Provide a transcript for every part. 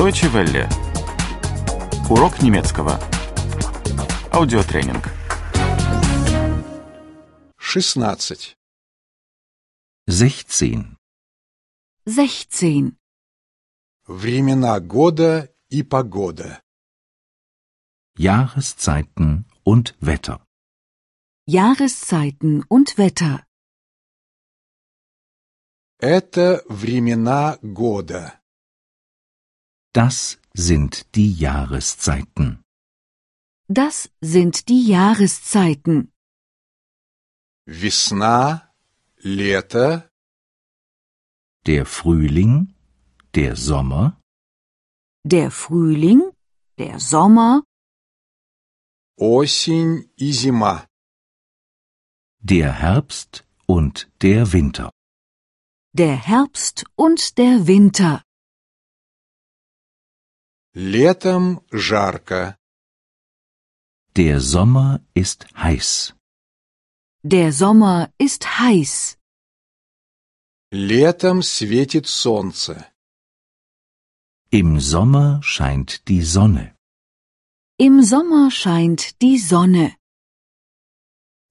Deutsche Welle. Урок немецкого. Аудиотренинг. 16. 16. 16. Времена года и погода. Jahreszeiten und Wetter. Jahreszeiten und Wetter. Это времена года. Das sind die Jahreszeiten. Das sind die Jahreszeiten. Весна, лето, Der Frühling, der Sommer, Der Frühling, der Sommer, осень и зима. der Herbst und der Winter. der Herbst und der Winter. Летом жарко, Der Sommer ist heiß. Der Sommer ist heiß. летом светит солнце. Im Sommer scheint die Sonne. Im Sommer scheint die Sonne.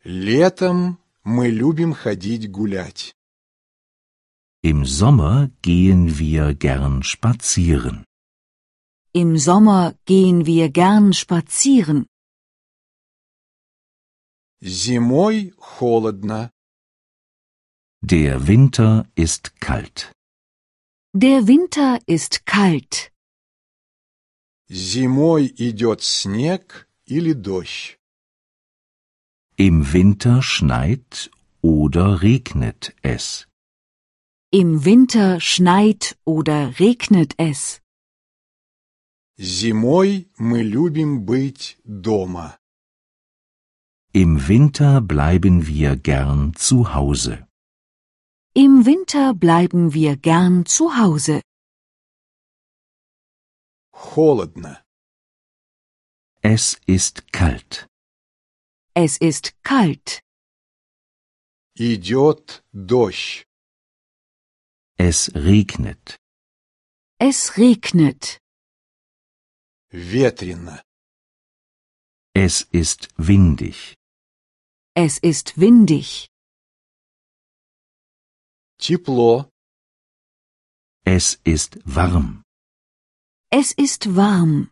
Летом мы любим ходить гулять. Im Sommer gehen wir gern spazieren. Im Sommer gehen wir gern spazieren. Зимой холодно, Der Winter ist kalt. Der Winter ist kalt. зимой идет снег или дождь. Im Winter schneit oder regnet es. Im Winter schneit oder regnet es. Зимой мы любим быть дома. Im Winter bleiben wir gern zu Hause. Im Winter bleiben wir gern zu Hause. Холодно. Es ist kalt. Es ist kalt. Идет дождь. Es regnet. Es regnet. Ветрено. Es ist windig. Es ist windig. Тепло. Es ist warm. Es ist warm.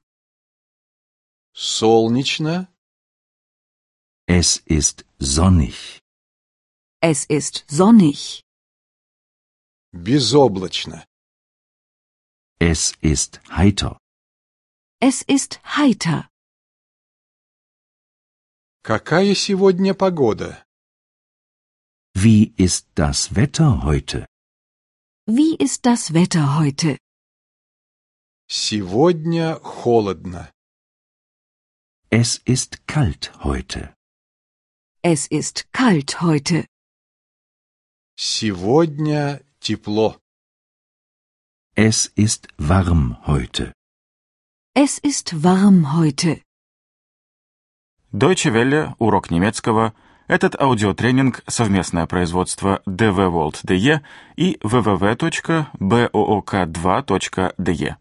Солнечно. Es ist sonnig. Es ist sonnig. Безоблачно. Es ist heiter. Es ist heiter. Какая сегодня погода? Wie ist das Wetter heute? Wie ist das Wetter heute? Сегодня холодно. Es ist kalt heute. Es ist kalt heute. Сегодня тепло. Es ist warm heute. Es ist warm heute. Deutsche Welle. Урок немецкого. Этот аудиотренинг – совместное производство DW World DE и www.book2.de.